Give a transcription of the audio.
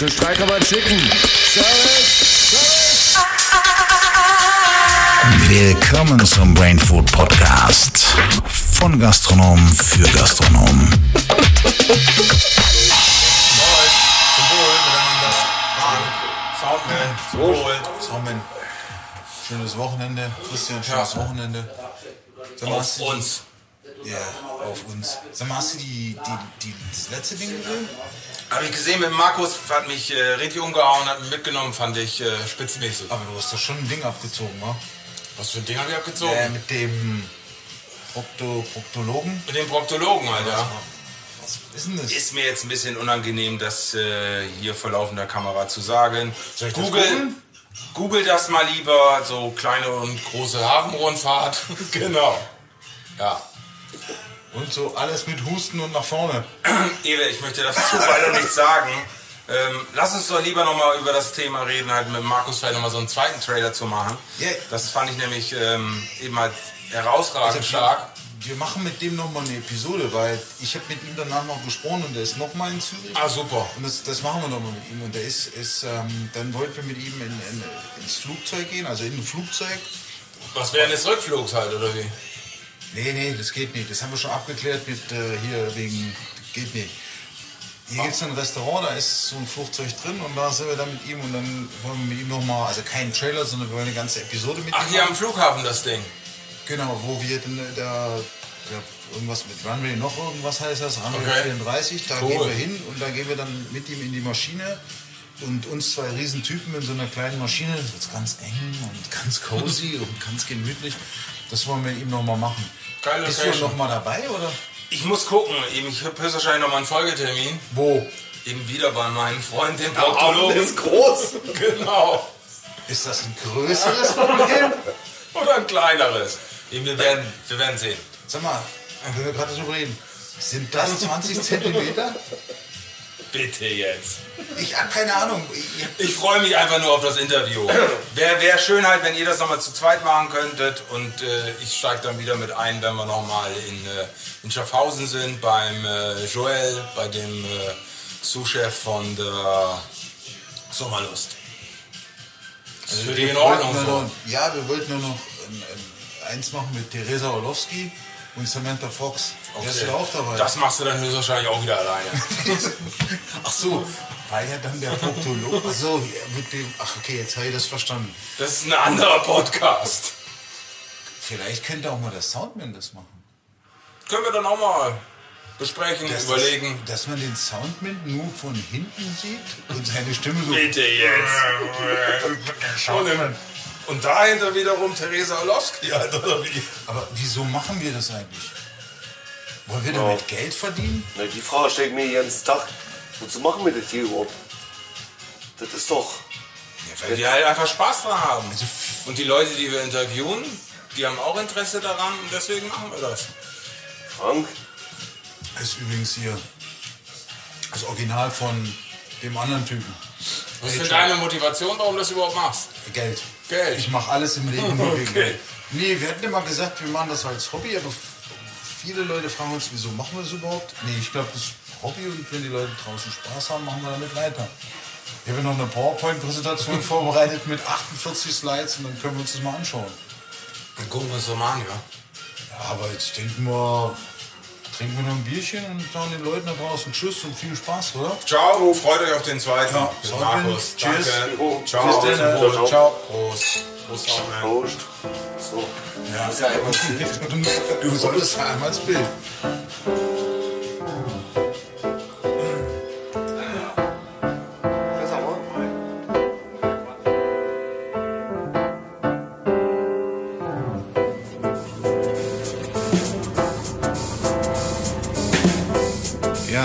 Den Streik aber schicken. Service! Service! Willkommen zum Brain Food Podcast. Von Gastronom für Gastronom. Saumen. Schönes Wochenende. Christian, schönes Wochenende. Sag mal, hast du uns. Die, ja, auf uns. Sag mal, hast du die, die, die, das letzte Ding gesehen? Habe ich gesehen mit Markus, hat mich äh, richtig umgehauen, hat mich mitgenommen, fand ich äh, spitzenmäßig. Aber du hast doch schon ein Ding abgezogen, wa? Was für ein Ding habe ich abgezogen? Äh, mit dem Prokto, Proktologen. Mit dem Proktologen, Alter. Was ist denn das? Ist mir jetzt ein bisschen unangenehm, das äh, hier vor laufender Kamera zu sagen. Soll ich das Google, googeln? Google das mal lieber, so kleine und große Hafenrundfahrt. genau. Ja. Und so alles mit Husten und nach vorne. Ewe, ich möchte das zu weiter nicht sagen. Ähm, lass uns doch lieber nochmal über das Thema reden, halt mit Markus vielleicht nochmal so einen zweiten Trailer zu machen. Ja. Das fand ich nämlich ähm, eben halt herausragend stark. Wir machen mit dem nochmal eine Episode, weil ich habe mit ihm danach noch gesprochen und er ist nochmal in Zürich. Ah, super. Und das, das machen wir nochmal mit ihm. Und der ist, ist ähm, dann wollten wir mit ihm in, in, ins Flugzeug gehen, also in ein Flugzeug. Was wäre denn des Rückflugs halt, oder wie? Nee, nee, das geht nicht. Das haben wir schon abgeklärt mit äh, hier wegen, geht nicht. Hier gibt es ein Restaurant, da ist so ein Flugzeug drin und da sind wir dann mit ihm und dann wollen wir mit ihm nochmal, also keinen Trailer, sondern wir wollen eine ganze Episode mit Ach, ihm hier machen. am Flughafen das Ding. Genau, wo wir denn äh, da, da irgendwas mit Runway noch irgendwas heißt das, Runway Okay. 34, da Cool. gehen wir hin und da gehen wir dann mit ihm in die Maschine und uns zwei Riesentypen in so einer kleinen Maschine, das wird ganz eng und ganz cozy und ganz gemütlich. Das wollen wir ihm nochmal machen. Geile Bist du Location. nochmal dabei oder? Ich muss gucken, eben, ich habe höchstwahrscheinlich nochmal einen Folgetermin. Wo? Eben wieder bei meinem Freund, dem Proktologen. ist groß. Genau. Ist das ein größeres Problem? Oder ein kleineres. Eben, wir werden, wir werden sehen. Sag mal, wenn wir gerade drüber reden, sind das 20 Zentimeter? Bitte jetzt. Ich habe keine Ahnung. Ich, ich, Ich freue mich einfach nur auf das Interview. Wäre wär schön halt, wenn ihr das nochmal zu zweit machen könntet. Und äh, ich steige dann wieder mit ein, wenn wir nochmal in, äh, in Schaffhausen sind, beim äh, Joel, bei dem äh, Sous-Chef von der Sommerlust. Das ist für die in Ordnung wollten nur so. noch, ja, wir wollten nur noch ähm, ähm, eins machen mit Theresa Orlowski und Samantha Fox. Der ist ja auch dabei. Das machst du dann höchstwahrscheinlich auch wieder alleine. ach so, war ja dann der Proktologe. Ach so, ja, mit dem. Ach okay, jetzt habe ich das verstanden. Das ist ein anderer Podcast. Vielleicht könnte auch mal der Soundman das machen. Können wir dann auch mal besprechen, Dass das- überlegen. Dass man den Soundman nur von hinten sieht und seine Stimme so. Bitte jetzt. Und, im- und dahinter wiederum Theresa Orlowski, halt, oder wie? Aber wieso machen wir das eigentlich? Wollen wir damit Geld verdienen? Na, die Frage stelle ich mir den ganzen Tag. Wozu machen wir das hier überhaupt? Das ist doch. Weil die halt einfach Spaß dran haben. Also, f- Und die Leute, die wir interviewen, die haben auch Interesse daran und deswegen machen wir das. Frank, ist übrigens hier das Original von dem anderen Typen. Was ist denn deine Motivation, warum du das überhaupt machst? Geld. Geld. Ich mache alles im Leben nur wegen Okay. Geld. Nee, wir hatten immer gesagt, wir machen das als Hobby, aber f- viele Leute fragen uns, wieso machen wir das überhaupt? Nee, ich glaube, das ist Hobby und wenn die Leute draußen Spaß haben, machen wir damit weiter. Ich habe noch eine PowerPoint-Präsentation vorbereitet mit 48 Slides und dann können wir uns das mal anschauen. Dann gucken wir uns doch mal an, ja. Ja, aber jetzt denken wir, trinken wir noch ein Bierchen und sagen den Leuten da draußen Tschüss und viel Spaß, oder? Ciao, freut euch auf den zweiten. Ja, Bis Robin, Markus. tschüss. Danke. Bis Ciao. Bis dann. Ciao, ciao. Ciao. Prost. Prost, Robin. Prost. So. Ja, ist ja einmal Du solltest ja einmal ins Bild. Besser, oder? Ja,